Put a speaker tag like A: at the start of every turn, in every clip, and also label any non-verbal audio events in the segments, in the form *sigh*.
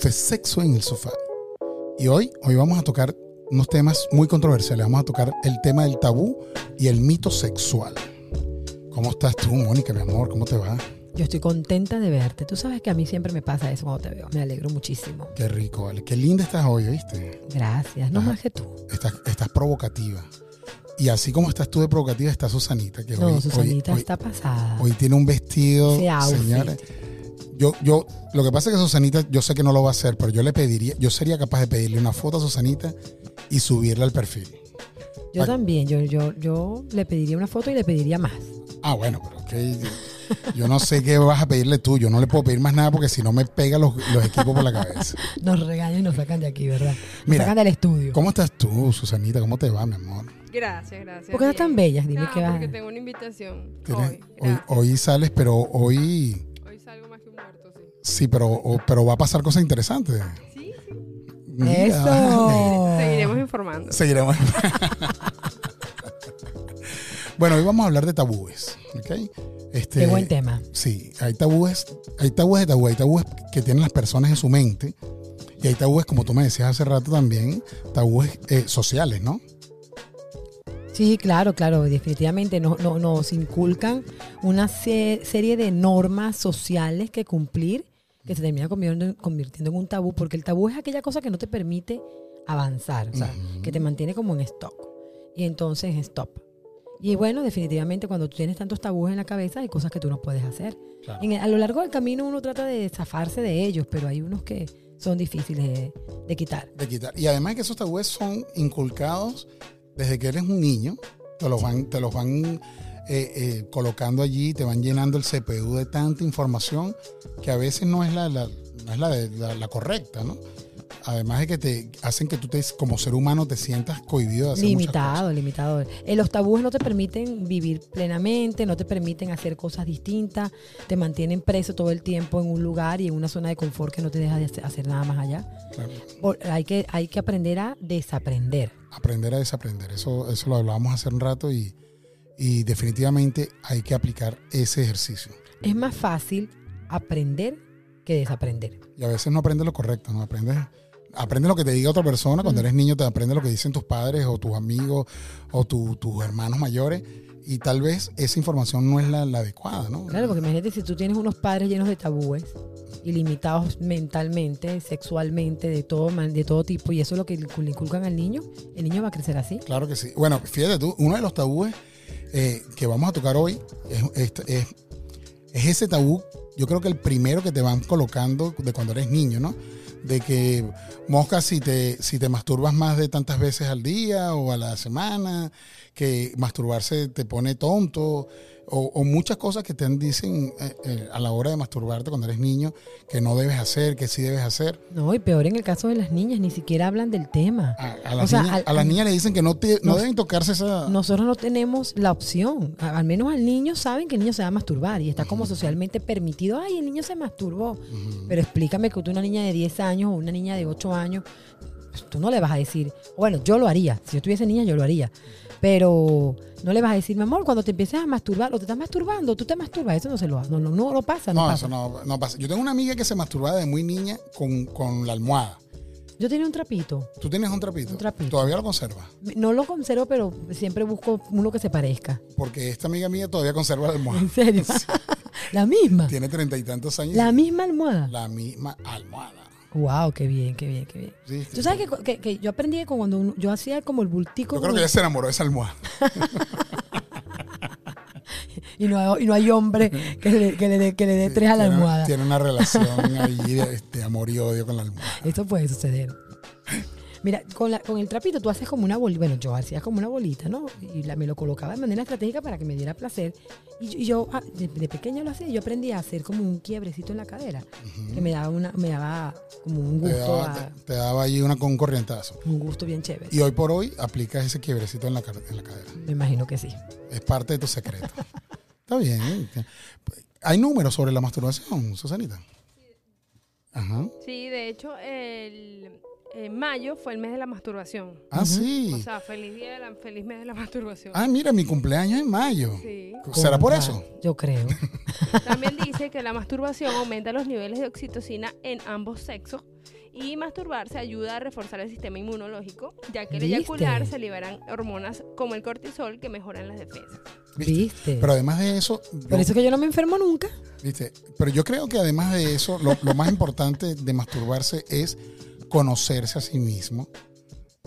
A: fue Sexo en el Sofá. Y hoy, hoy vamos a tocar unos temas muy controversiales. Vamos a tocar el tema del tabú y el mito sexual. ¿Cómo estás tú, Mónica, mi amor? ¿Cómo te va?
B: Yo estoy contenta de verte. Tú sabes que a mí siempre me pasa eso cuando te veo. Me alegro muchísimo.
A: Qué rico, vale. Qué linda estás hoy, ¿viste?
B: Gracias. No
A: Ajá.
B: más que tú.
A: Estás, estás provocativa. Y así como estás tú de provocativa, está Susanita, que
B: No,
A: hoy,
B: Susanita
A: hoy- hoy-
B: está pasada.
A: hoy tiene un vestido,
B: Ese outfit.
A: señores. Yo, yo, lo que pasa es que Susanita, yo sé que no lo va a hacer, pero yo le pediría, yo sería capaz de pedirle una foto a Susanita y subirla al perfil.
B: yo también. Yo, yo, yo le pediría una foto y le pediría más.
A: Ah, bueno, pero es que yo, yo no sé qué vas a pedirle tú. Yo no le puedo pedir más nada porque si no me pega los, los equipos por la cabeza.
B: Nos regañan y nos sacan de aquí, ¿verdad? Nos
A: Mira,
B: sacan del estudio.
A: ¿Cómo estás tú, Susanita? ¿Cómo te va, mi amor?
C: Gracias, gracias.
B: ¿Por qué no
C: bien.
B: tan bellas? Dime
C: No,
B: que vas.
C: porque tengo una invitación
A: Tienes-
C: hoy.
A: hoy,
C: gracias.
A: hoy sales, pero hoy
C: Hoy salgo más que un muerto, sí.
A: sí, pero, o- pero va a pasar cosas interesantes.
C: Sí, sí.
A: Mira,
C: *laughs*
B: Eso.
C: Seguiremos
A: *laughs*
C: informando.
A: Seguiremos. bueno, hoy vamos a hablar de tabúes, ¿ok? Este,
B: Qué buen tema.
A: Sí, hay tabúes, hay tabúes de tabú, hay tabúes que tienen las personas en su mente y hay tabúes, como tú me decías hace rato también, tabúes eh, sociales, ¿no?
B: Sí, claro, claro, definitivamente no, no- nos inculcan una se- serie de normas sociales que cumplir que se termina convirtiendo, convirtiendo en un tabú, porque el tabú es aquella cosa que no te permite avanzar, o sea,
A: Ujú.
B: que te mantiene como en stock. Y entonces stop. Y bueno, definitivamente cuando tú tienes tantos tabúes en la cabeza hay cosas que tú no puedes hacer.
A: Claro.
B: En el- a lo largo del camino uno trata de zafarse de ellos, pero hay unos que son difíciles de, de quitar.
A: De quitar. Y además que esos tabúes son inculcados desde que eres un niño, te los van, te los van eh, eh, colocando allí, te van llenando el CPU de tanta información que a veces no es la, la- no es la, de- la- la correcta, ¿no? Además de que te hacen que tú te, como ser humano te sientas cohibido de hacer muchas cosas.
B: Limitado, limitado. Eh, los tabúes no te permiten vivir plenamente, no te permiten hacer cosas distintas, te mantienen preso todo el tiempo en un lugar y en una zona de confort que no te deja de hacer- hacer nada más allá.
A: Claro.
B: Por- hay, que, hay que aprender a desaprender.
A: aprender a desaprender. Eso, eso lo hablábamos hace un rato y, y definitivamente hay que aplicar ese ejercicio.
B: Es más fácil aprender que desaprender.
A: Y a veces no aprendes lo correcto, ¿no? Aprendes, aprendes lo que te diga otra persona. Cuando eres niño te aprendes lo que dicen tus padres o tus amigos o tu- tus hermanos mayores. Y tal vez esa información no es la, la adecuada, ¿no?
B: Claro, porque imagínate si tú tienes unos padres llenos de tabúes y limitados mentalmente, sexualmente, de todo, man- de todo tipo, y eso es lo que le incul- le inculcan al niño, el niño va a crecer así.
A: Claro que sí. Bueno, fíjate tú, uno de los tabúes eh, que vamos a tocar hoy es, es- es- es ese tabú, yo creo que el primero que te van colocando de cuando eres niño, ¿no? De que mosca si te, si te masturbas más de tantas veces al día o a la semana, que masturbarse te pone tonto, o, o muchas cosas que te dicen eh, eh, a la hora de masturbarte cuando eres niño, que no debes hacer, que sí debes hacer.
B: No, y peor en el caso de las niñas, ni siquiera hablan del tema.
A: A, a las,
B: O sea,
A: niñas,
B: al-
A: a las
B: al-
A: niñas le dicen que no, te, no
B: nos-
A: deben tocarse esa...
B: Nosotros no tenemos la opción. A- Al menos al niño saben que el niño se va a masturbar y está como socialmente permitido. Ay, el niño se masturbó.
A: Ujú.
B: Pero explícame que tú, una niña de 10 años o una niña de 8 años, pues, tú no le vas a decir, bueno, yo lo haría. Si yo tuviese niña, yo lo haría. Pero no le vas a decir, mi amor, cuando te empieces a masturbar o te estás masturbando, tú te masturbas. Eso no se lo hace. No, no, no, no pasa, no,
A: No,
B: pasa.
A: eso no, no pasa. Yo tengo una amiga que se masturbaba de muy niña con, con la almohada.
B: Yo tenía un trapito.
A: ¿Tú tienes un trapito?
B: Un trapito.
A: Todavía lo conservas.
B: No lo conservo, pero siempre busco uno que se parezca.
A: Porque esta amiga mía todavía conserva la almohada.
B: *laughs* ¿En serio? la misma.
A: Tiene treinta y tantos años. y
B: La misma almohada.
A: la misma almohada.
B: Wow, qué bien, qué bien, qué bien.
A: Sí,
B: Tú sabes que, cu- que- que yo aprendí que cuando uno- yo hacía como el bultico
A: Yo creo
B: como
A: que ella
B: el-
A: se enamoró de esa almohada.
B: y, no, hay- y no hay hombre que le, que le dé- que le dé *laughs* tres a la
A: Tiene-
B: almohada.
A: Tiene una
B: *laughs*
A: relación ahí de este, amor y odio con la almohada.
B: Eso puede suceder. Mira, con, la- con el trapito tú haces como una bolita, bueno, yo hacía como una bolita, ¿no? Y la- me lo colocaba de manera estratégica para que me diera placer. Y yo, y yo, ah, de, de pequeña lo hacía, yo aprendí a hacer como un quiebrecito en la cadera, que me daba, una, me daba como un
A: Te
B: gusto, ah.
A: daba,
B: a-
A: te- te daba allí una con corrientazo.
B: un gusto bien chévere.
A: Y hoy por hoy aplicas ese quiebrecito en la, car- en la cadera.
B: Me imagino que sí.
A: Es parte de tu
C: *laughs*
A: secreto. Está bien. Hay números sobre la masturbación, Susanita. Ajá.
C: Sí, de hecho, el, eh, mayo fue el mes de la masturbación.
A: Ah,
C: O
A: sí.
C: sea, feliz día de la, feliz mes de la masturbación.
A: Ah, mira, mi cumpleaños es en mayo.
C: Sí.
A: ¿Será por
B: Concha,
A: eso? *laughs*
B: Yo creo.
C: También dice que la masturbación aumenta los niveles de oxitocina en ambos sexos Y masturbarse ayuda a reforzar el sistema inmunológico, ya que al
B: ¿Viste?
C: eyacular se liberan hormonas como el cortisol que mejoran las defensas.
A: ¿Viste?
B: ¿Viste?
A: Pero además de eso, yo-
B: Por eso es que yo no me enfermo nunca.
A: ¿viste? Pero yo creo que además de eso, lo, lo más importante de masturbarse es conocerse a sí mismo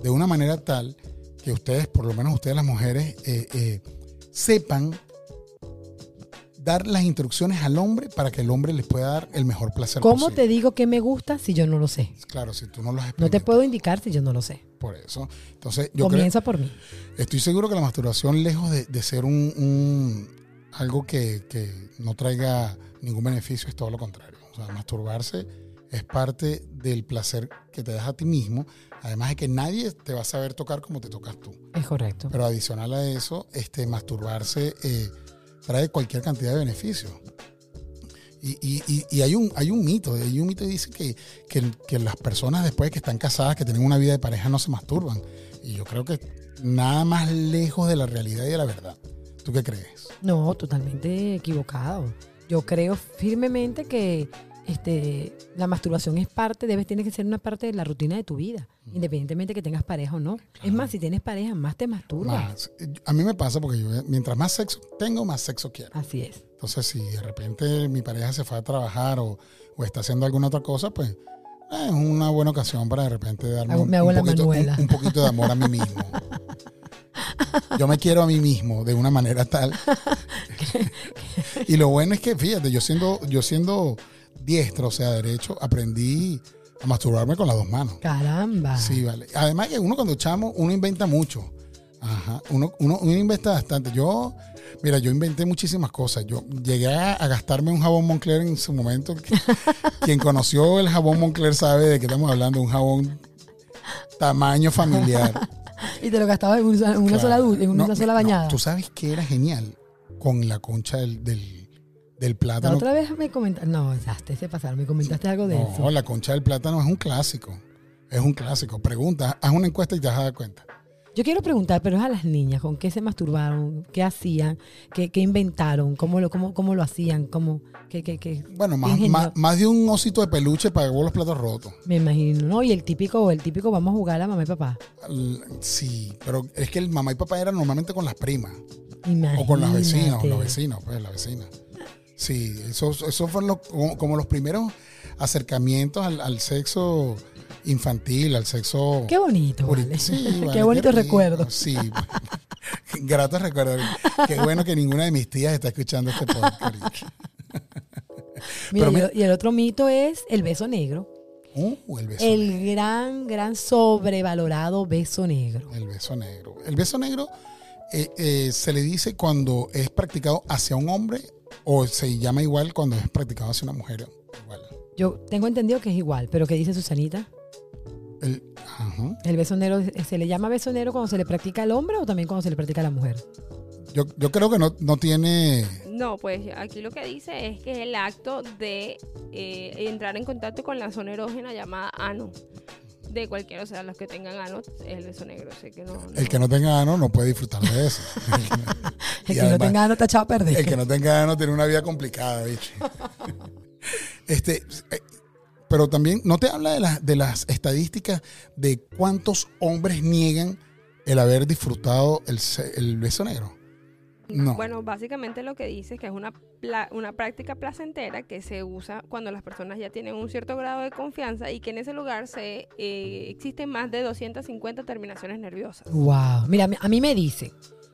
A: de una manera tal que ustedes, por lo menos ustedes las mujeres, eh, eh, sepan dar las instrucciones al hombre para que el hombre les pueda dar el mejor placer
B: ¿Cómo
A: posible.
B: te digo que me gusta si yo no lo sé?
A: Claro, si tú no lo has
B: No te
A: experimentado
B: puedo indicar si yo no lo sé.
A: por eso. Entonces, yo creo,
B: Comienza por mí.
A: estoy seguro que la masturbación, lejos de, de ser un, un- algo que, que no traiga ningún beneficio, es todo lo contrario. O sea, masturbarse es parte del placer que te das a ti mismo. Además de que nadie te va a saber tocar como te tocas tú.
B: Es correcto.
A: Pero adicional a eso, este, masturbarse eh, trae cualquier cantidad de beneficios. Y, y- y- y hay, un, hay un mito, hay un mito que dice que, que- que las personas después que están casadas, que tienen una vida de pareja, no se masturban. Y yo creo que nada más lejos de la realidad y de la verdad. ¿Tú qué crees?
B: No, totalmente equivocado. Yo creo firmemente que este, la masturbación es parte, debe, tiene que ser una parte de la rutina de tu vida, independientemente que tengas pareja o no. Es más, si tienes pareja, más te masturbas.
A: Más- a mí me pasa porque yo, eh, mientras más sexo tengo, más sexo quiero.
B: Así es.
A: Entonces, si de repente mi pareja se fue a trabajar o, o está haciendo alguna otra cosa, pues eh, es una buena ocasión para de repente darme
B: Hago-
A: un,
B: me hago
A: un
B: la
A: poquito, un-
B: Manuela.
A: un poquito de amor a mí
B: *laughs*
A: mismo. Yo me quiero a mí mismo de una manera
B: *laughs*
A: tal. y lo bueno es que, fíjate, yo siendo, yo siendo diestro, o sea, derecho, aprendí a masturbarme con las dos manos.
B: Caramba.
A: Sí, vale. Además que uno cuando chamo, uno inventa mucho. Ajá. Uno, uno, uno inventa bastante. Yo, mira, yo inventé muchísimas cosas. Yo llegué a, a gastarme un jabón Moncler en su momento.
B: *laughs*
A: Quien conoció el jabón Moncler sabe de qué estamos hablando. Un jabón tamaño familiar.
B: Y te lo gastabas en una, en *laughs* una sola
A: Claro.
B: du- en una
A: No,
B: sola
A: no,
B: bañada.
A: Tú sabes que era genial con la concha del, del, del
B: la
A: plátano.
B: otra vez me comentaste, no, dejaste de pasar, me comentaste algo de
A: No,
B: eso.
A: la concha del plátano es un clásico. Es un clásico. Pregunta, haz una encuesta y te vas a dar cuenta.
B: Yo quiero preguntar, pero es a las niñas, ¿con qué se masturbaron? ¿Qué hacían? ¿Qué, qué inventaron? ¿Cómo lo, cómo, cómo lo hacían? ¿Cómo, qué, qué, qué?
A: Bueno, más,
B: Ingenio-
A: más, más de un osito de peluche pagó los platos rotos.
B: Me imagino, ¿no? Y el típico, el típico, vamos a jugar a mamá y papá.
A: L- Sí, pero es que el mamá y papá eran normalmente con las primas
B: Imagínate.
A: o con las vecinas, o los vecinos, pues la vecina. Sí, eso, eso fueron los- como, como los primeros acercamientos al, al sexo infantil, al sexo.
B: Qué bonito,
A: Ori-
B: vale.
A: Sí, vale,
B: *laughs* qué bonito
A: rico.
B: recuerdo.
A: Sí, *laughs* gratos recuerdos. Qué bueno que ninguna de mis tías está escuchando este
B: *laughs*
A: podcast.
B: Mira,
A: Pero
B: y
A: mira-
B: el- y el otro mito es el beso negro.
A: Uh, el beso.
B: El gran, gran sobrevalorado beso negro.
A: El beso negro. El beso negro eh, eh, se le dice cuando es practicado hacia un hombre o se llama igual cuando es practicado hacia una mujer. Igual.
B: Yo tengo entendido que es igual, pero ¿qué dice Susanita?
A: El, ajá.
B: ¿El beso negro se le llama beso negro cuando se le practica al hombre o también cuando se le practica a la mujer?
A: Yo, yo creo que no, no tiene...
C: No, pues aquí lo que dice es que es el acto de eh, entrar en contacto con la zona erógena llamada ano. De cualquiera, o sea, los que tengan ano, es el beso negro. Sé que no,
A: El que no tenga ano no puede disfrutar de eso.
B: *laughs*
A: *laughs*
B: El que no
A: además-
B: tenga no te ha echado a perder.
A: El que no tenga ano tiene una vida complicada,
B: *laughs*
A: ¿viste? Este, eh, pero también no te habla de, las de las estadísticas de cuántos hombres niegan el haber disfrutado el, se- el beso negro. No.
C: Bueno, básicamente lo que dice es que es una, pla- una práctica placentera que se usa cuando las personas ya tienen un cierto grado de confianza y que en ese lugar se eh, existen más de 250 terminaciones nerviosas.
B: Wow. Mira, a mí- a mí me dicen.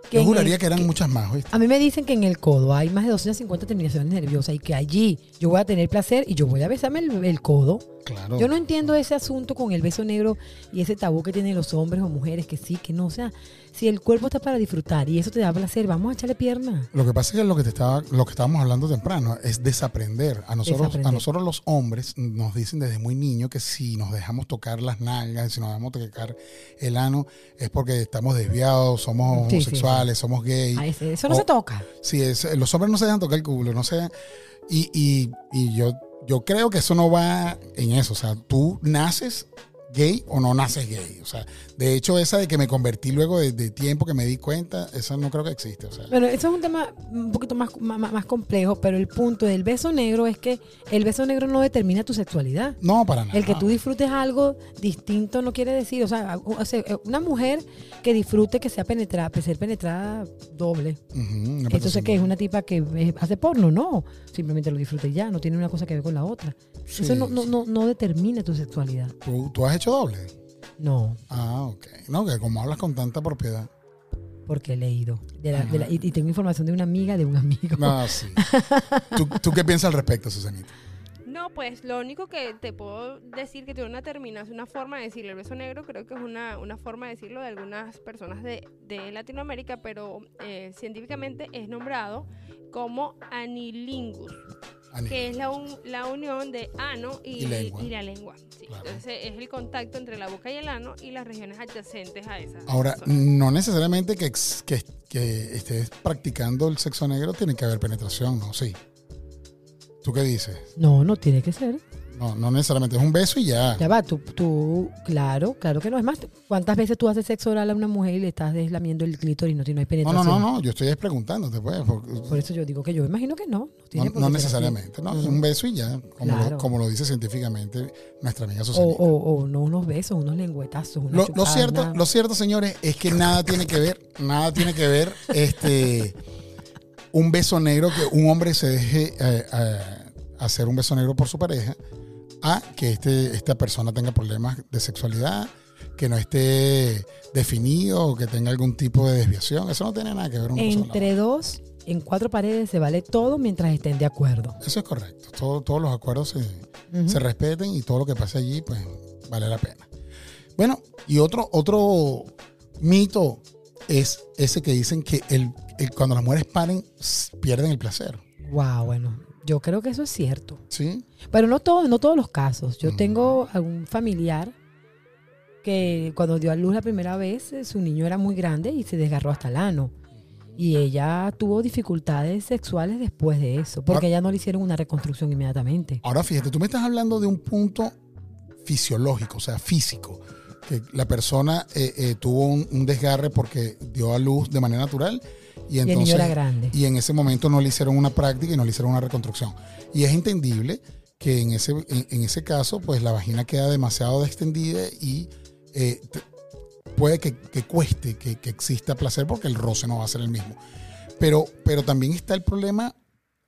B: Que
A: Yo
B: en
A: juraría
B: el-
A: que eran muchas más, ¿viste?
B: A mí me dicen que en el codo hay más de 250 terminaciones nerviosas y que allí yo voy a tener placer y yo voy a besarme el, el codo.
A: Claro.
B: Yo no entiendo ese asunto con el beso negro y ese tabú que tienen los hombres o mujeres, que sí, que no. O sea, si el cuerpo está para disfrutar y eso te da placer, vamos a echarle pierna.
A: Lo que pasa es que lo que te estaba, lo que estábamos hablando temprano es desaprender. A nosotros,
B: Desaprender.
A: a nosotros los hombres nos dicen desde muy niño que si nos dejamos tocar las nalgas, si nos dejamos tocar el ano, es porque estamos desviados, somos
B: Sí, sí,
A: homosexuales, somos gays.
B: A ese- eso no
A: O-
B: se toca.
A: Sí, es- eh, los hombres no se dejan tocar el culo, no se. Y, y, y yo, yo creo que eso no va en eso. O sea, tú naces gay o no naces gay. O sea, de hecho, esa de que me convertí luego de, de tiempo que me di cuenta, esa no creo que existe. O sea,
B: Bueno, eso es un tema un poquito más, más, más complejo, pero el punto del beso negro es que el beso negro no determina tu sexualidad.
A: no, para nada.
B: El que tú disfrutes algo distinto no quiere decir, o sea, o- o sea, eh, una mujer que disfrute que sea penetrada, pues, ser penetrada doble.
A: Ujú, una
B: Entonces
A: persona-
B: que es una tipa que eh, hace porno, no, simplemente lo disfruta y ya, no tiene una cosa que ver con la otra.
A: Sí,
B: Eso no, no,
A: sí.
B: no, no determina tu sexualidad.
A: ¿Tú, tú has hecho doble?
B: No,
A: Ah, ok. No, que como hablas con tanta propiedad.
B: porque he leído. De la- de la- y, y tengo información de una amiga, de un amigo.
A: No, Ah, sí. ¿Tú, tú qué piensas al respecto, Susanita?
C: No, pues lo único que te puedo decir que tiene una terminación, una forma de decirle el beso negro, creo que es una, una forma de decirlo de algunas personas de, de Latinoamérica, pero eh, científicamente es nombrado como anilingus,
A: Ani.
C: que es la, un- la unión de ano y,
A: Y lengua.
C: y la lengua. sí.
A: Claro.
C: Entonces es el contacto entre la boca y el ano y las regiones adyacentes a esas.
A: Ahora,
C: zonas.
A: no necesariamente que, ex- que, que estés practicando el sexo negro tiene que haber penetración, ¿no? Sí. ¿Tú qué dices?
B: No, no tiene que ser.
A: No, no necesariamente. Es un beso y ya.
B: Ya va, tú, tú, claro, claro que no. Es más, ¿cuántas veces tú haces sexo oral a una mujer y le estás deslamiendo el clítoris y no, tiene- no hay
A: No,
B: penetración?
A: no, no, no. Yo estoy es preguntándote, pues. porque-
B: Por eso yo digo que yo imagino que no. No, tiene
A: no,
B: por
A: no
B: qué ser
A: necesariamente,
B: así.
A: ¿no? Es un beso y ya, como,
B: Claro.
A: lo, como lo dice científicamente nuestra amiga
B: O,
A: Susanita.
B: o, o no unos besos, unos lengüetazos, una
A: Lo, lo
B: chupada,
A: cierto,
B: una-
A: lo cierto, señores, es que nada tiene que ver, nada tiene que ver este un beso negro que un hombre se deje eh, eh, hacer un beso negro por su pareja a que este, esta persona tenga problemas de sexualidad, que no esté definido o que tenga algún tipo de desviación. Eso no tiene nada que ver un beso negro.
B: Entre dos, en cuatro paredes se vale todo mientras estén de acuerdo.
A: Eso es correcto. Todo- todos los acuerdos se,
B: Ujú.
A: se respeten y todo lo que pase allí, pues vale la pena. Bueno, y otro, otro mito es ese que dicen que el, el- cuando las mujeres paren, s- pierden el placer.
B: Wow, bueno, yo creo que eso es cierto.
A: ¿Sí?
B: Pero no todos, no todos los casos. Yo
A: Mm.
B: tengo algún familiar que cuando dio a luz la primera vez, eh, su niño era muy grande y se desgarró hasta el ano. Y ella tuvo dificultades sexuales después de eso, porque
A: Ah.
B: ella no le hicieron una reconstrucción inmediatamente.
A: Ahora fíjate, tú me estás hablando de un punto fisiológico, o sea, físico. Que la persona eh, eh, tuvo un, un desgarre porque dio a luz de manera natural y
B: y el niño
A: entonces
B: era grande.
A: y en ese momento no le hicieron una práctica y no le hicieron una reconstrucción. Y es entendible que en ese, en, en ese caso, pues la vagina queda demasiado extendida y eh, te- puede que, que cueste que, que exista placer porque el roce no va a ser el mismo. Pero, pero también está el problema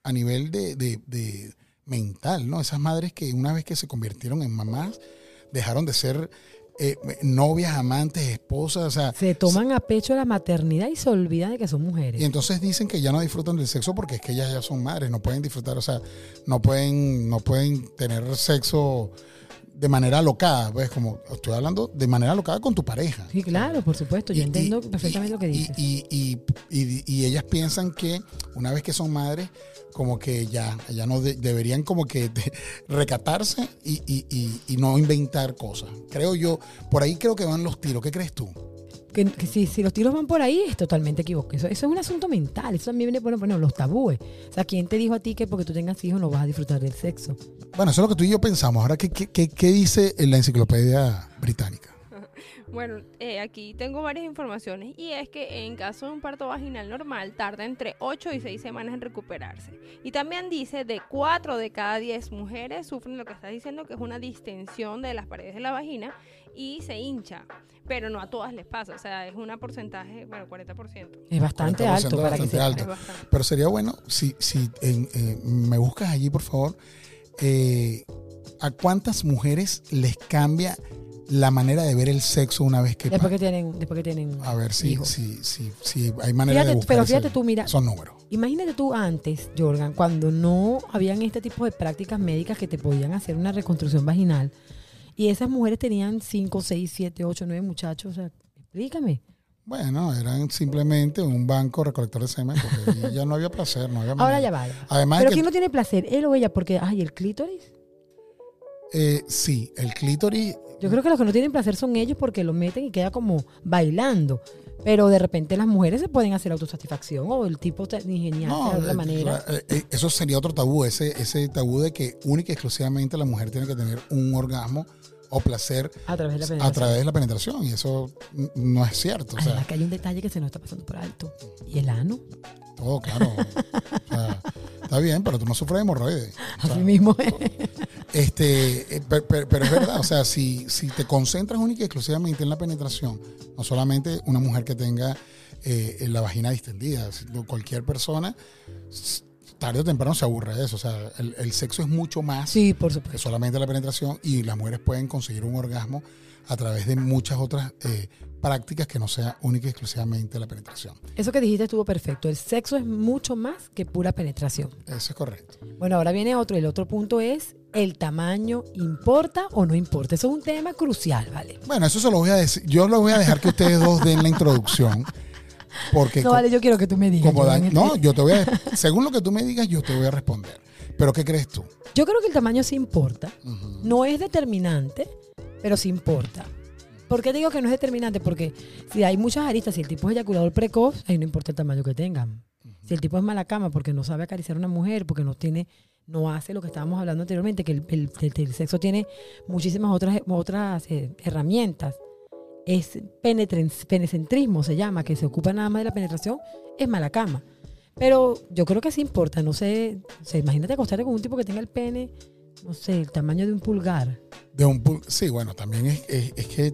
A: a nivel de, de- de mental, ¿no? Esas madres que una vez que se convirtieron en mamás, dejaron de ser eh, novias, amantes, esposas, o sea,
B: se toman a pecho la maternidad y se olvidan de que son mujeres.
A: y entonces dicen que ya no disfrutan del sexo porque es que ellas ya son madres, no pueden disfrutar, o sea, no pueden, no pueden tener sexo de manera alocada, pues como estoy hablando de manera alocada con tu pareja.
B: Sí, claro, por supuesto. Yo
A: Y-
B: entiendo
A: y-
B: perfectamente
A: y-
B: lo que dices.
A: Y, y- y- y ellas piensan que una vez que son madres, como que ya, ya no de- deberían como que de- *laughs* recatarse y, y- y- y no inventar cosas. Creo yo, por ahí creo que van los tiros. ¿Qué crees tú?
B: que, que si, si los tiros van por ahí es totalmente equivocado. Eso, eso es un asunto mental. Eso también viene por bueno, los tabúes. O sea, ¿quién te dijo a ti que porque tú tengas hijos no vas a disfrutar del sexo?
A: Bueno, eso es lo que tú y yo pensamos. Ahora, ¿qué, qué- qué- qué dice en la enciclopedia británica?
C: Bueno, eh, aquí tengo varias informaciones y es que en caso de un parto vaginal normal tarda entre 8 y 6 semanas en recuperarse. Y también dice de 4 de cada 10 mujeres sufren lo que estás diciendo que es una distensión de las paredes de la vagina y se hincha, pero no a todas les pasa, o sea, es un porcentaje, bueno, 40%.
B: Es bastante
A: 40%
B: alto para
A: bastante
B: que se...
A: alto.
C: Es bastante.
A: Pero sería bueno si, si en- eh, me buscas allí, por favor, eh, ¿a cuántas mujeres les cambia la manera de ver el sexo una vez que
B: *laughs* Después
A: pa-
B: que tienen, después que tienen
A: A ver si,
B: hijos.
A: si, si, si hay manera
B: Fíjate,
A: de buscar
B: pero
A: ese-
B: fíjate tú, mira.
A: Son números.
B: Imagínate tú antes, Jorgan, cuando no habían este tipo de prácticas médicas que te podían hacer una reconstrucción vaginal y esas mujeres tenían 5, 6, 7, 8, 9 muchachos. O sea, explícame.
A: Bueno, eran simplemente un banco recolector de semen porque ahí ya no había placer, no había
B: Ahora
A: manera.
B: ya va. ya va.
A: Además de
B: Pero
A: que
B: ¿quién no tiene placer? ¿Él o ella? Porque, ay, el clítoris.
A: eh, sí, el clítoris
B: Yo creo que los que no tienen placer son ellos porque lo meten y queda como bailando. Pero de repente las mujeres se pueden hacer autosatisfacción o el tipo te- ingenial de otra
A: eh,
B: manera.
A: ra- eh, eh, eso sería otro tabú, ese, ese tabú de que única y exclusivamente la mujer tiene que tener un orgasmo o placer
B: a través de
A: eh,
B: la
A: a
B: penetración.
A: través de la penetración. Y eso n- no es cierto. O
B: Además
A: sea,
B: que hay un detalle que se nos está pasando por alto. Y el ano.
A: todo
B: *laughs*
A: claro. O sea, está bien, pero tú no sufres de hemorroides. O sea,
B: Así mismo.
A: Este, eh, per- per- pero, es verdad, o sea, si, si te concentras única y exclusivamente en la penetración, no solamente una mujer que tenga eh, la vagina distendida, sino cualquier persona, s- tarde o temprano se aburre de eso. O sea, el, el sexo es mucho más
B: sí, por
A: que
B: supuesto.
A: solamente la penetración y las mujeres pueden conseguir un orgasmo a través de muchas otras eh, prácticas que no sea única y exclusivamente la penetración.
B: Eso que dijiste estuvo perfecto. El sexo es mucho más que pura penetración.
A: Eso es correcto.
B: Bueno, ahora viene otro. El otro punto es el tamaño. ¿Importa o no importa? Eso es un tema crucial, ¿vale?
A: Bueno, eso se lo voy a decir. Yo lo voy a dejar que ustedes dos den la introducción. Porque
B: No,
A: co-
B: vale, yo quiero que tú me digas.
A: como
B: Joan,
A: daño-
B: este-
A: no, yo te voy a, según lo que tú me digas, yo te voy a responder. Pero ¿qué crees tú?
B: Yo creo que el tamaño sí importa.
A: Ujú.
B: No es determinante, pero sí importa. ¿Por qué digo que no es determinante? Porque si hay muchas aristas, si el tipo es eyaculador precoz, ahí no importa el tamaño que tengan. Si el tipo es mala cama porque no sabe acariciar a una mujer, porque no tiene, no hace lo que estábamos hablando anteriormente, que el, el- el- el sexo tiene muchísimas otras, otras eh, herramientas. Es penetren- penecentrismo, se llama, que se ocupa nada más de la penetración, es mala cama. Pero yo creo que sí importa, no sé, o sea, imagínate acostarte con un tipo que tenga el pene, no sé, el tamaño de un pulgar.
A: De un pul- sí, bueno, también es, es- es que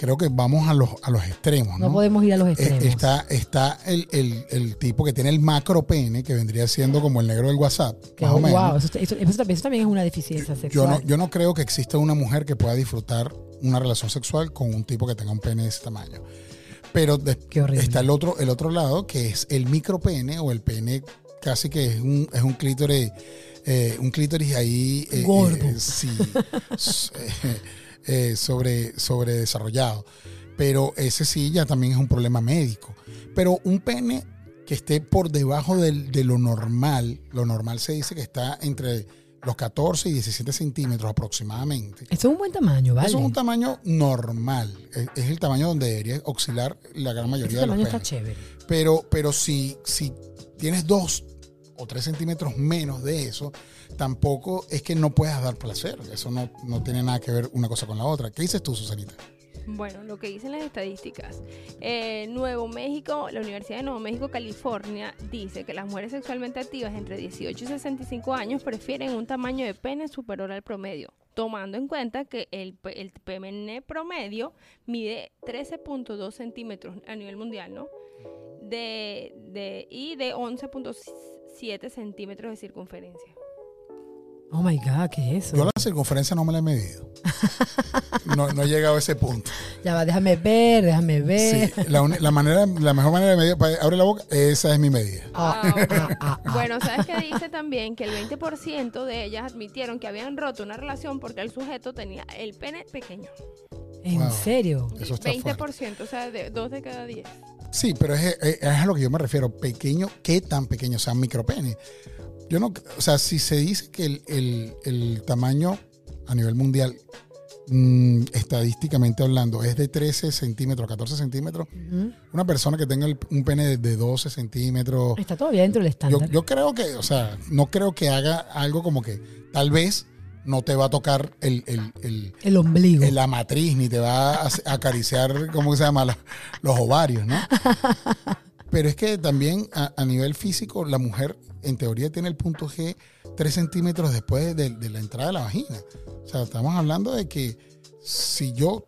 A: creo que vamos a los, a los extremos,
B: No
A: ¿no?
B: podemos ir a los
A: Eh,
B: extremos.
A: Está, está el, el- el tipo que tiene el macro pene, que vendría siendo como el negro del WhatsApp,
B: Que,
A: más o menos.
B: wow, eso, eso- eso también- eso también es una deficiencia
A: Yo
B: sexual.
A: no, yo no creo que exista una mujer que pueda disfrutar una relación sexual con un tipo que tenga un pene de ese tamaño. Pero de-
B: Qué horrible.
A: está el otro, el otro lado, que es el micropene o el pene casi que es un, es un clítoris, eh, un clítoris ahí eh,
B: Gordo.
A: eh, sí, *laughs* s- eh, eh, sobre, sobre desarrollado. Pero ese sí ya también es un problema médico. Pero un pene que esté por debajo del- de lo normal, lo normal se dice que está entre los 14 y 17 centímetros aproximadamente.
B: Eso es un buen tamaño, ¿vale?
A: Eso es un tamaño normal. Es, es el tamaño donde debería oscilar la gran
B: Ese
A: mayoría de los
B: tamaño está
A: penes.
B: chévere.
A: Pero, pero si, si tienes dos o tres centímetros menos de eso, tampoco es que no puedas dar placer. Eso no, no tiene nada que ver una cosa con la otra. ¿Qué dices tú, Susanita?
C: Bueno, lo que dicen las estadísticas. Eh, Nuevo México, la Universidad de Nuevo México, California, dice que las mujeres sexualmente activas entre 18 y 65 años prefieren un tamaño de pene superior al promedio, tomando en cuenta que el, pe- el pene promedio mide 13.2 centímetros a nivel mundial, ¿no? De, de, y de 11.7 centímetros de circunferencia.
B: Oh my God, ¿qué es
A: Yo
B: eso?
A: la circunferencia no me la he medido. No, no he llegado a ese punto.
B: Ya va, déjame ver, déjame ver.
A: Sí, la, uni- la manera, la mejor manera de medir, pa- abre la boca, esa es mi medida. *laughs*
B: Ah,
C: Ah, ok.
B: ah, ah, ah.
C: Bueno, ¿sabes qué dice también? Que el 20% de ellas admitieron que habían roto una relación porque el sujeto tenía el pene pequeño.
B: ¿En
A: wow.
B: serio?
A: Eso está fuerte.
C: 20%, o sea, de, dos de cada 10.
A: Sí, pero es, es- es a lo que yo me refiero. Pequeño, ¿qué tan pequeño? O sea, micropene. Yo no, o sea, si se dice que el, el- el tamaño a nivel mundial, mm, estadísticamente hablando, es de 13 centímetros, 14 centímetros,
B: Ujú.
A: una persona que tenga el- un pene de, de 12 centímetros,
B: Está todavía dentro
A: yo,
B: del estándar.
A: yo creo que, o sea, no creo que haga algo como que tal vez no te va a tocar el- el- el,
B: el ombligo.
A: en la matriz ni te va a ac- *laughs* acariciar, ¿cómo se llama? La- Los ovarios,
B: *laughs*
A: ¿no? Pero es que también a, a nivel físico, la mujer en teoría tiene el punto G 3 centímetros después de, de la entrada de la vagina. O sea, estamos hablando de que si yo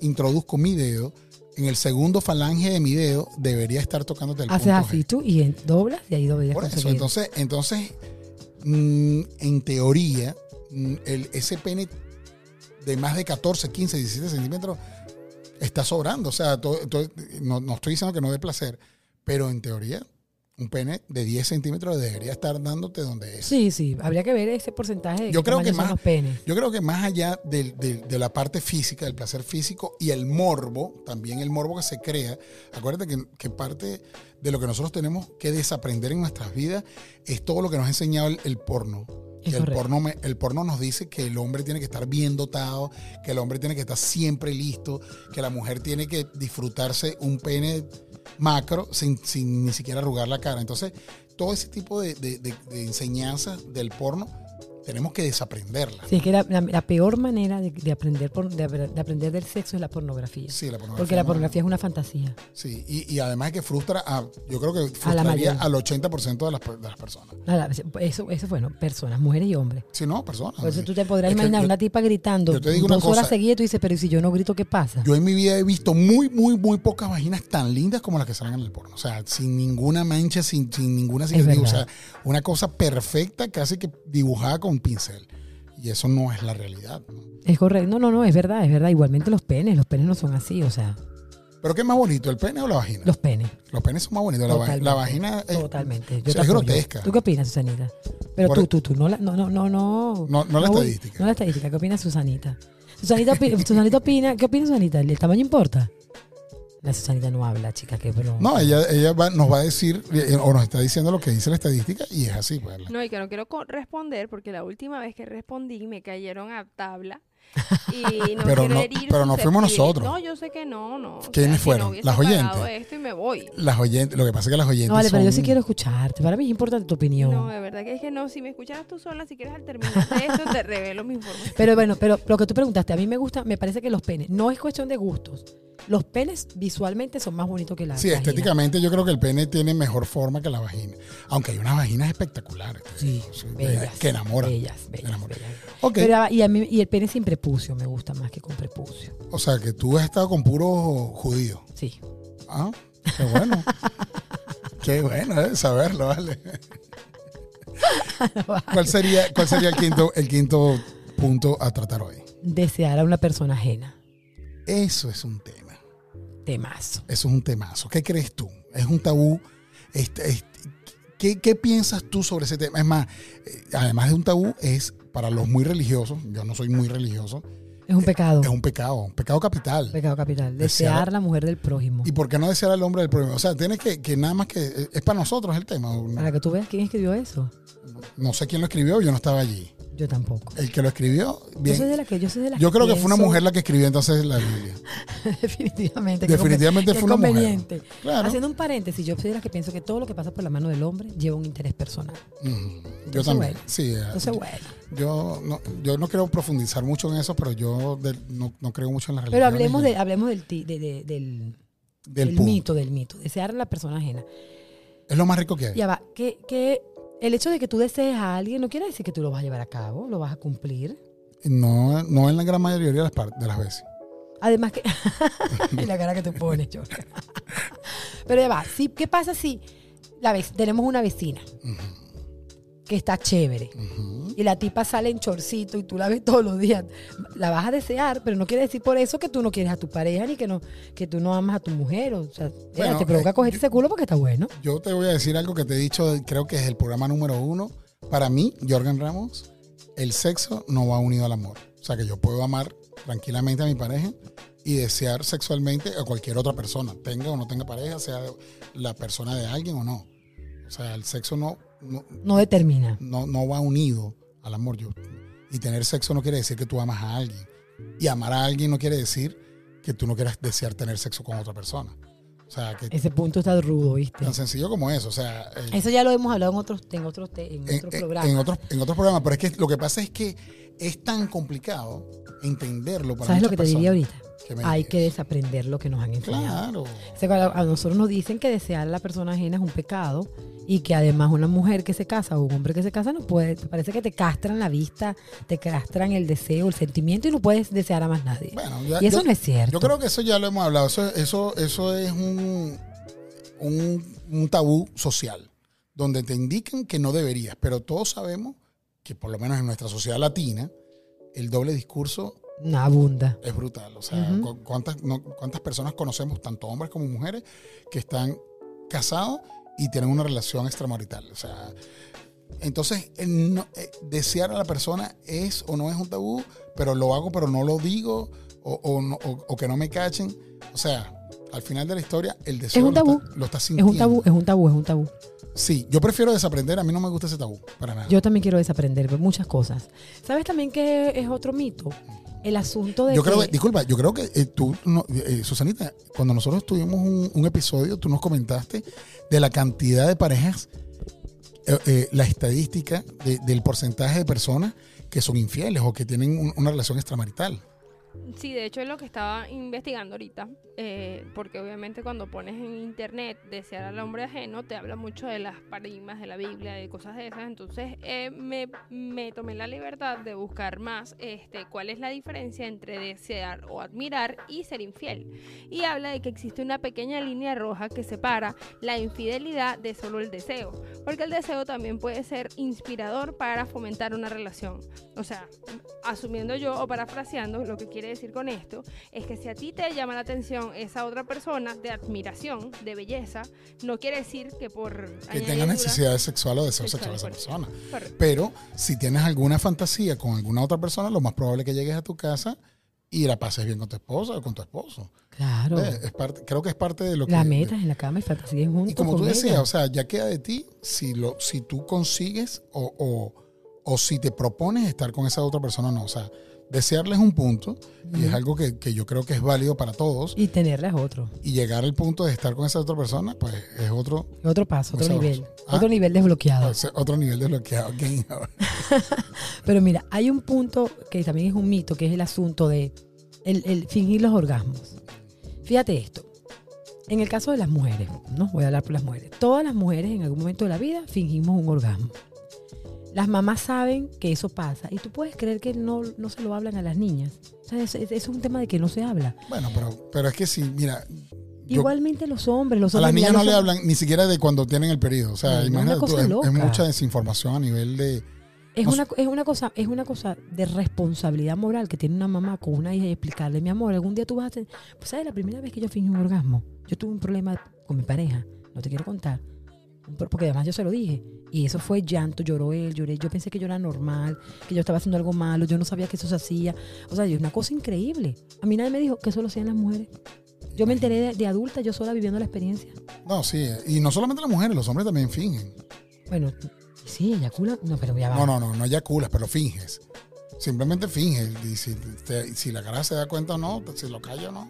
A: introduzco mi dedo, en el segundo falange de mi dedo debería estar tocándote el
B: Haces
A: punto
B: así
A: G.
B: tú y en- doblas y ahí doblas.
A: Por eso, entonces, entonces mm, en teoría, mm, el, ese pene de más de 14, 15, 17 centímetros está sobrando. O sea, todo- todo- no, no estoy diciendo que no dé placer, pero en teoría, un pene de 10 centímetros debería estar dándote donde es.
B: Sí, sí, habría que ver ese porcentaje de
A: Yo
B: qué
A: creo que
B: tamaño son
A: más-
B: los penes.
A: Yo creo que más allá del- del- de, la parte física, del placer físico y el morbo, también el morbo que se crea, acuérdate que, que parte de lo que nosotros tenemos que desaprender en nuestras vidas es todo lo que nos ha enseñado el, el porno.
B: Es
A: Que el,
B: correcto.
A: porno me- el porno nos dice que el hombre tiene que estar bien dotado, que el hombre tiene que estar siempre listo, que la mujer tiene que disfrutarse un pene macro sin, sin ni siquiera arrugar la cara. Entonces, todo ese tipo de, de- de- de enseñanzas del porno tenemos que desaprenderla.
B: Sí, es que la, la- la peor manera de, de aprender por- de, apre- de aprender del sexo es la pornografía.
A: Sí, la pornografía.
B: porque la
A: no-
B: pornografía es una fantasía.
A: Sí, y, y además es que frustra a, yo creo que
B: A la
A: frustraría
B: mayoría.
A: al 80% de las, per- de las personas.
B: Nada, Eso, eso bueno, personas, mujeres y hombres.
A: Si no, personas.
B: Por eso
A: Sí.
B: tú te podrás
A: Es que
B: imaginar
A: yo-
B: una tipa gritando
A: yo te digo una
B: dos horas
A: cosa.
B: seguidas y tú dices, pero ¿y si yo no grito, ¿qué pasa?
A: Yo en mi vida he visto muy, muy, muy pocas vaginas tan lindas como las que salen en el porno. O sea, sin ninguna mancha, sin, sin ninguna cicatriz. O sea,
B: verdad.
A: una cosa perfecta, casi que dibujada con pincel. Y eso no es la realidad. ¿no?
B: Es correcto. No, no, no, es verdad, es verdad. Igualmente los penes, los penes no son así, o sea,
A: ¿Pero qué es más bonito, el pene o la vagina? Los,
B: los penes.
A: penes son más bonitos. La, va-
B: Totalmente,
A: la vagina es-
B: Totalmente.
A: o sea,
B: Yo te
A: es
B: apoyo.
A: grotesca.
B: ¿Tú qué opinas, Susanita? Pero
A: Por- e-
B: tú, tú, tú, no la, no, no, no, no.
A: No- no la
B: voy-
A: estadística.
B: No la estadística. ¿Qué opina Susanita? Susanita, opi- *laughs* Susanita opina, ¿qué opina Susanita? ¿El tamaño importa? La Susanita no habla, chica, qué broma.
A: No, ella, ella va- nos va a decir, eh, o nos está diciendo lo que dice la estadística, y es así. pues, la-
C: No, y que no quiero co- responder porque la última vez que respondí me cayeron a tabla. Y no
A: *laughs* Pero
C: quiero
A: no-
C: herir
A: pero no fuimos
C: susceptibilidad.
A: nosotros.
C: No, yo sé que no, no. O sea,
A: ¿Quiénes
C: si no
A: fueron?
C: hubiese
A: ¿Las
C: pagado
A: oyentes?
C: esto y me voy.
A: Las oyentes, lo que pasa es que las oyentes
B: No, vale, pero yo
A: son-
B: sí quiero escucharte. Para mí es importante tu opinión.
C: No, eh. de verdad que es que no. Si me escuchas tú sola, si quieres al terminar de esto, te revelo mi información.
B: Pero bueno, pero lo que tú preguntaste, a mí me gusta, me parece que los penes, no es cuestión de gustos. Los penes visualmente son más bonitos que la
A: Sí,
B: vagina.
A: estéticamente yo creo que el pene tiene mejor forma que la vagina. Aunque hay unas vaginas espectaculares. te
B: Sí,
A: digo,
B: bellas.
A: eh, que enamoran.
B: Bellas, bellas,
A: Enamoran.
B: bellas.
A: Ok,
B: Pero, ah, y, a mí, y el pene sin prepucio me gusta más que con prepucio.
A: o sea que tú has estado con puros judíos.
B: Sí.
A: Ah, qué
B: *laughs*
A: bueno. qué bueno eh, saberlo, vale. ¿Cuál sería, cuál sería el, quinto, el quinto punto a tratar hoy?
B: Desear a una persona ajena.
A: Eso es un tema.
B: Temazo.
A: Eso es un temazo. ¿Qué crees tú? ¿Es un tabú? Este, este, ¿qué, qué piensas tú sobre ese tema? Es más, eh, además de un tabú, es para los muy religiosos, yo no soy muy religioso,
B: Es un pecado.
A: Eh, es un pecado, un pecado capital.
B: pecado capital.
A: Desear-
B: Desear, la mujer del prójimo.
A: ¿Y por qué no desear al hombre del problema? O sea, tienes que, que nada más que... eh, Es para nosotros el tema. No,
B: Para que tú veas quién escribió eso.
A: no sé quién lo escribió, yo no estaba allí.
B: Yo tampoco.
A: El que lo escribió,
B: Yo soy
A: bien.
B: de la que yo soy de la
A: Yo creo que fue una
B: pienso-
A: mujer la que escribió entonces la Biblia.
B: *laughs* Definitivamente.
A: Definitivamente
B: que
A: fue una mujer.
B: conveniente.
A: Claro.
B: Haciendo un paréntesis, yo soy de las que pienso que todo lo que pasa por la mano del hombre lleva un interés personal.
A: Ujú. Yo
B: Entonces,
A: también.
B: bueno.
A: Ah, Sí, eh,
B: Entonces, bueno.
A: Yo no, yo no quiero profundizar mucho en eso, pero yo de- no, no creo mucho en la religión.
B: Pero hablemos, de, hablemos del, ti- de- de- del,
A: del
B: del
A: punto.
B: mito, del mito. Desear a la persona ajena.
A: Es lo más rico que hay.
B: Ya va, que, que el hecho de que tú desees a alguien no quiere decir que tú lo vas a llevar a cabo, lo vas a cumplir.
A: No, no en la gran mayoría de las, par- de las veces.
B: Además que... *laughs* y la cara que te pones, yo. *laughs* Pero ya va, si- ¿qué pasa si la vec- tenemos una vecina que está chévere
A: Ujú.
B: y la tipa sale en chorcito y tú la ves *laughs* todos los días? La vas a desear, pero no quiere decir por eso que tú no quieres a tu pareja ni que no que tú no amas a tu mujer. O sea, mira,
A: Bueno,
B: te provoca
A: eh,
B: cogerte
A: yo-
B: ese culo porque está bueno.
A: Yo te voy a decir algo que te he dicho, creo que es el programa número uno. Para mí, Jorgen Ramos, el sexo no va unido al amor. O sea, que yo puedo amar tranquilamente a mi pareja y desear sexualmente a cualquier otra persona, tenga o no tenga pareja, sea la persona de alguien o no. O sea, el sexo no- no,
B: No determina.
A: no, no va unido al amor. Yo, y tener sexo no quiere decir que tú amas a alguien. Y amar a alguien no quiere decir que tú no quieras desear tener sexo con otra persona. O sea, que
B: Ese punto está rudo, ¿viste?
A: tan sencillo como eso. O sea, eh,
B: Eso ya lo hemos hablado en otros, en otros, te- en
A: en,
B: otros
A: en-
B: programas.
A: Eh, en otros, en otros programas. Pero es que lo que pasa es que es tan complicado entenderlo para
B: ¿Sabes lo que
A: muchas
B: te diría
A: personas.
B: ahorita?
A: ¿Qué me
B: Hay
A: dirías?
B: que desaprender lo que nos han enseñado.
A: Claro.
B: O sea, cuando a nosotros nos dicen que desear a la persona ajena es un pecado y que además una mujer que se casa o un hombre que se casa no puede, parece que te castran la vista, te castran el deseo, el sentimiento y no puedes desear a más nadie.
A: Bueno, ya-
B: y eso
A: yo-
B: no es cierto.
A: Yo creo que eso ya lo hemos hablado. Eso, eso, eso es un, un, un tabú social, donde te indican que no deberías, pero todos sabemos que por lo menos en nuestra sociedad latina, el doble discurso
B: No, abunda.
A: es brutal. O sea,
B: Ujú.
A: cu- ¿cuántas, no- cuántas personas conocemos, tanto hombres como mujeres, que están casados y tienen una relación extramarital? O sea, entonces, el no- eh, desear a la persona es o no es un tabú, pero lo hago, pero no lo digo, o, o no- o- o que no me cachen. O sea, al final de la historia, el deseo
B: un
A: Lo,
B: tabú.
A: está, lo está
B: Es
A: sintiendo.
B: un tabú, es un tabú, es un tabú.
A: Sí, yo prefiero desaprender, a mí no me gusta ese tabú, para nada. Yo,
B: Yo también quiero desaprender muchas cosas. ¿Sabes también que es otro mito? El asunto de
A: creo que,
B: que-
A: disculpa, yo creo que eh, tú, no- eh, Susanita, cuando nosotros tuvimos un, un episodio, tú nos comentaste de la cantidad de parejas eh, eh, la estadística de- del porcentaje de personas que son infieles o que tienen un- una relación extramarital.
C: Sí, de hecho es lo que estaba investigando ahorita, eh, porque obviamente cuando pones en internet desear al hombre ajeno, te habla mucho de las paradigmas de la Biblia, de cosas de esas. Entonces eh, me, me tomé la libertad de buscar más este, cuál es la diferencia entre desear o admirar y ser infiel. Y habla de que existe una pequeña línea roja que separa la infidelidad de solo el deseo, porque el deseo también puede ser inspirador para fomentar una relación. O sea, asumiendo yo o parafraseando, lo que quiere decir con esto es que si a ti te llama la atención esa otra persona de admiración, de belleza, no quiere decir que por
A: Que
C: añadidura-
A: tengan necesidades sexuales o deseo sexual
C: Sexual,
A: de esa persona.
C: Correcto.
A: Pero si tienes alguna fantasía con alguna otra persona, lo más probable es que llegues a tu casa y la pases bien con tu esposa o con tu esposo.
B: Claro.
A: Eh, es parte- creo que es parte de lo
B: Las
A: que...
B: metas en la cama y fantasías juntos.
A: Y como tú
B: con ella.
A: decías, o sea, ya queda de ti si, lo, si tú consigues o, o- o si te propones estar con esa otra persona o no. O sea, desearles un punto, y es algo que, que yo creo que es válido para todos,
B: Y tenerlas otro.
A: y llegar al punto de estar con esa otra persona, pues es otro,
B: Otro paso, otro
A: Muy sabroso.
B: nivel.
A: Ah.
B: Otro nivel desbloqueado.
A: es otro nivel desbloqueado. *laughs* Game over.
B: Pero mira, hay un punto que también es un mito, que es el asunto de el, el fingir los orgasmos. Fíjate esto. En el caso de las mujeres, ¿no? Voy a hablar por las mujeres. Todas las mujeres en algún momento de la vida fingimos un orgasmo. Las mamás saben que eso pasa y tú puedes creer que no, no se lo hablan a las niñas. O sea, es, es- es un tema de que no se habla.
A: Bueno, pero, pero es que sí, mira, yo-
B: Igualmente los hombres, los
A: a
B: hombres...
A: las niñas
B: mira,
A: no
B: los
A: le
B: hombres-
A: hablan ni siquiera de cuando tienen el periodo. O
B: No,
A: sea,
B: no,
A: imagínate
B: una
A: tú,
B: cosa
A: es- es,
B: loca.
A: mucha desinformación a nivel de...
B: Es
A: No
B: una, co- es, una cosa, es una cosa de responsabilidad moral que tiene una mamá con una hija y explicarle, mi amor, algún día tú vas a tener... Pues sabes, la primera vez que yo fingí un orgasmo, yo tuve un problema con mi pareja, no te quiero contar, Un pro- porque además yo se lo dije, y eso fue llanto, lloró él, lloré, yo pensé que yo era normal, que yo estaba haciendo algo malo, yo no sabía que eso se hacía, o sea, es una cosa increíble. A mí nadie me dijo que eso lo hacían las mujeres. Yo me enteré de, de adulta, yo sola viviendo la experiencia.
A: No, sí, y no solamente las mujeres, los hombres también fingen.
B: Bueno, sí, eyacula, no, pero ya va.
A: No, no, no, no eyaculas, pero finges. Simplemente finges. Y si, te- si la cara se da cuenta o no, pues, si lo calla o no.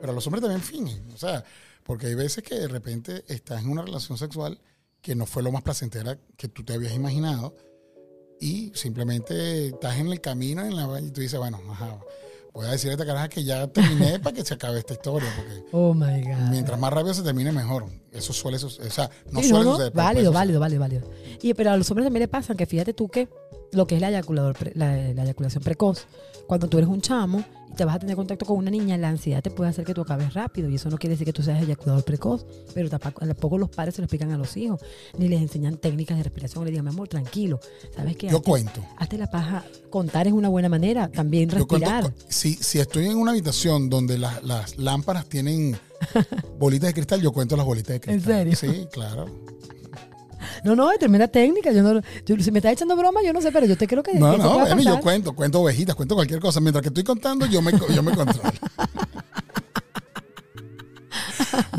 A: Pero los hombres también fingen. O sea, porque hay veces que de repente estás en una relación sexual que no fue lo más placentera que tú te habías imaginado. Y simplemente estás en el camino en la, y tú dices, bueno, ajá, voy a decir a esta caraja que ya terminé
B: *laughs*
A: para que se acabe esta historia. Porque
B: Oh, my God.
A: mientras más rápido se termine, mejor. Eso suele suceder. O sea, no
B: Sí,
A: suele
B: no, no,
A: suceder. pero puede
B: válido,
A: suceder.
B: válido, válido, válido. Y, pero a los hombres también le pasan que fíjate tú que lo que es la, eyaculador pre- la, la eyaculación precoz, cuando tú eres un chamo y te vas a tener contacto con una niña, la ansiedad te puede hacer que tú acabes rápido y eso no quiere decir que tú seas eyaculador precoz, pero tampoco, tampoco los padres se lo explican a los hijos, ni les enseñan técnicas de respiración, le digan, mi amor, tranquilo, ¿sabes qué?
A: Yo
B: Hazte-
A: cuento.
B: Hazte la paja, contar es una buena manera, también
A: Yo cuento-
B: respirar.
A: cu- si, si estoy en una habitación donde las, las lámparas
B: *laughs*
A: tienen bolitas de cristal, yo cuento las bolitas de
B: ¿En
A: cristal.
B: serio?
A: Sí, claro.
B: No, no, es tremenda técnica, yo no, yo- si me estás echando broma, yo no sé, pero yo te creo que...
A: No,
B: que eso
A: no,
B: pueda
A: Emi, yo
B: pasar.
A: cuento, cuento ovejitas, cuento cualquier cosa. Mientras que estoy contando, yo me, co- yo me
B: *laughs*
A: controlo.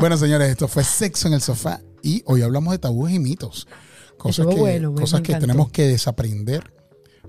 A: bueno, señores, esto fue Sexo en el Sofá y hoy hablamos de tabúes y mitos. Cosas,
B: Estuvo
A: que,
B: bueno, me- me
A: cosas que
B: encantó.
A: tenemos que desaprender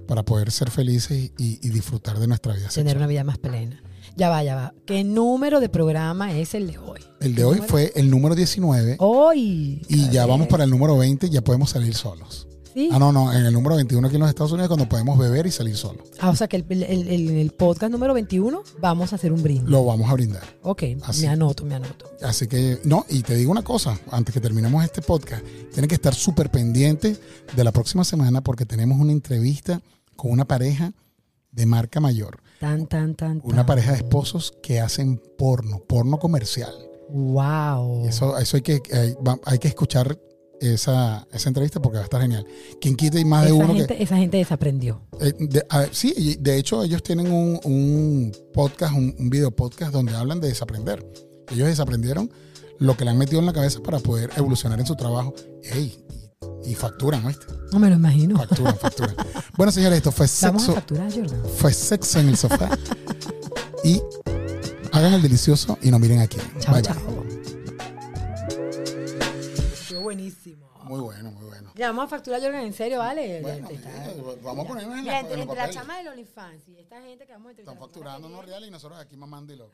A: para poder ser felices y, y disfrutar de nuestra vida
B: tener
A: sexual.
B: una vida más plena. Ya va, ya va. ¿Qué número de programa es el de hoy?
A: El de hoy fue el número 19
B: Hoy.
A: y ya
B: Javier.
A: vamos para el número 20, ya podemos salir solos.
B: Sí.
A: Ah, no, no, en el número 21 aquí en los Estados Unidos es cuando podemos beber y salir solo.
B: Ah, o sea que el, el- el- el- el podcast número 21 vamos a hacer un brindis.
A: Lo vamos a brindar.
B: ok,
A: Así.
B: me anoto, me anoto.
A: Así que, no, y te digo una cosa, antes que terminemos este podcast, tienen que estar súper pendientes de la próxima semana porque tenemos una entrevista con una pareja de marca mayor,
B: Tan, tan, tan. tan.
A: una pareja de esposos que hacen porno, porno comercial.
B: Wow.
A: Eso, eso hay que, hay, va- hay que escuchar esa, esa entrevista porque va a estar genial. Quien quite y más de
B: esa,
A: uno que...
B: gente, esa gente desaprendió.
A: Eh, de- a- sí, y de hecho ellos tienen un, un podcast, un, un video podcast donde hablan de desaprender. Ellos desaprendieron lo que le han metido en la cabeza para poder evolucionar en su trabajo. Ey, y, y facturan, ¿oíste?
B: No me lo imagino. *laughs*
A: Facturan, facturan. bueno, señores, esto fue
B: Vamos a
A: sexo,
B: facturar, Jordan.
A: fue sexo en el sofá. y hagan el delicioso y no miren aquí.
B: Chao,
A: Bye, bye.
B: chao. Estuvo buenísimo.
A: Muy bueno, muy bueno.
B: Ya, vamos a facturar, Jordan, en serio, ¿vale?
A: Bueno,
B: Te está-
A: eh, vamos a ponernos en
B: Mira,
A: la,
B: entre,
A: en los
B: entre la
A: papeles.
B: chama del OnlyFans y esta gente que vamos a entrevistar.
A: Están
B: la semana que
A: facturando no
B: viene,
A: reales y nosotros aquí mamando y loco.